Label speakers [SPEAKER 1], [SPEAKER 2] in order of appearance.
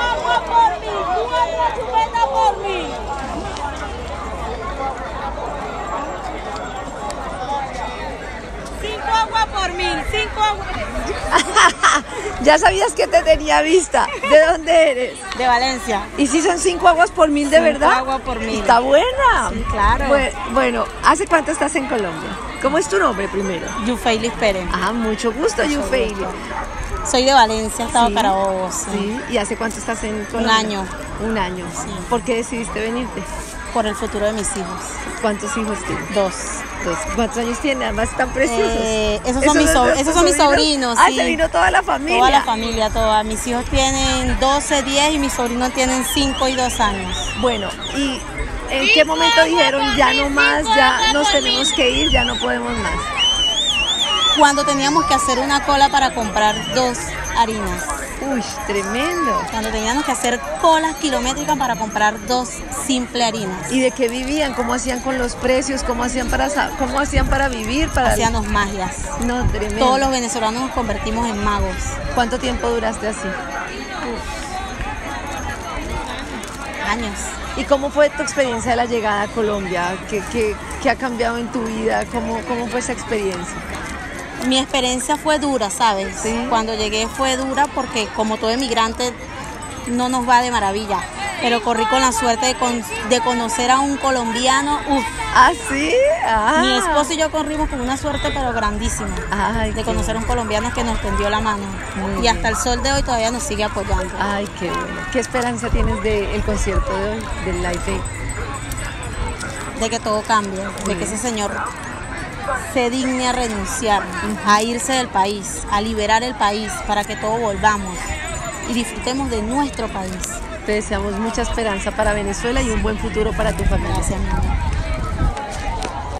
[SPEAKER 1] agua por mí, cuatro chupetas por mí. Cinco agua por mí, cinco agua.
[SPEAKER 2] Ya sabías que te tenía vista. ¿De dónde eres?
[SPEAKER 1] De Valencia.
[SPEAKER 2] ¿Y si son cinco aguas por mil de
[SPEAKER 1] Cinco
[SPEAKER 2] verdad?
[SPEAKER 1] aguas por mil.
[SPEAKER 2] Está buena.
[SPEAKER 1] Sí, claro.
[SPEAKER 2] Bue- Bueno, ¿hace cuánto estás en Colombia? ¿Cómo es tu nombre primero?
[SPEAKER 1] Yufeilis Pérez.
[SPEAKER 2] Ah, mucho gusto, Yufeili.
[SPEAKER 1] Soy de Valencia, estaba
[SPEAKER 2] Sí,
[SPEAKER 1] para vos.
[SPEAKER 2] Sí. ¿Y hace cuánto estás en Colombia?
[SPEAKER 1] año.
[SPEAKER 2] Un año.
[SPEAKER 1] Sí.
[SPEAKER 2] ¿Por qué decidiste venirte?
[SPEAKER 1] Por el futuro de mis hijos.
[SPEAKER 2] ¿Cuántos hijos tienes?
[SPEAKER 1] Dos.
[SPEAKER 2] Dos. ¿Cuántos años tienen? Ambas están preciosos.
[SPEAKER 1] Eh, esos son mis sor-
[SPEAKER 2] tus
[SPEAKER 1] esos son mis sobrinos,
[SPEAKER 2] Ah,
[SPEAKER 1] sí.
[SPEAKER 2] se vino toda la familia.
[SPEAKER 1] Toda la familia, toda. Mis hijos tienen 12, 10 y mis sobrinos tienen 5 y 2 años.
[SPEAKER 2] Bueno, ¿y en qué momento dijeron ya no más, ya nos tenemos que ir, ya no podemos más?
[SPEAKER 1] Cuando teníamos que hacer una cola para comprar dos harinas.
[SPEAKER 2] Uy, tremendo.
[SPEAKER 1] Cuando teníamos que hacer colas kilométricas para comprar dos simple harinas.
[SPEAKER 2] ¿Y de qué vivían? ¿Cómo hacían con los precios? ¿Cómo hacían para sa- cómo hacían para vivir? Para
[SPEAKER 1] Hacíamos magias.
[SPEAKER 2] no tremendo.
[SPEAKER 1] Todos los venezolanos nos convertimos en magos.
[SPEAKER 2] ¿Cuánto tiempo duraste así?
[SPEAKER 1] Años.
[SPEAKER 2] ¿Y cómo fue tu experiencia de la llegada a Colombia? ¿Qué, qué- qué ha cambiado en tu vida? ¿Cómo, cómo fue esa experiencia?
[SPEAKER 1] Mi experiencia fue dura, ¿sabes?
[SPEAKER 2] Sí.
[SPEAKER 1] Cuando llegué fue dura porque como todo emigrante no nos va de maravilla. Pero corrí con la suerte de, con- de conocer a un colombiano. Uf,
[SPEAKER 2] ¿Ah, sí? Ah.
[SPEAKER 1] mi esposo y yo corrimos con una suerte pero grandísima.
[SPEAKER 2] Ay,
[SPEAKER 1] de
[SPEAKER 2] qué-
[SPEAKER 1] conocer a un colombiano que nos tendió la mano.
[SPEAKER 2] Muy
[SPEAKER 1] Y hasta el sol de hoy todavía nos sigue apoyando.
[SPEAKER 2] Ay, qué bueno. ¿Qué esperanza tienes del concierto de hoy, del Live Aid?
[SPEAKER 1] de que todo cambie, de que ese señor se digne a renunciar, a irse del país, a liberar el país para que todo volvamos y disfrutemos de nuestro país.
[SPEAKER 2] Te deseamos mucha esperanza para Venezuela y un buen futuro para tu familia.
[SPEAKER 1] Gracias, mi amor.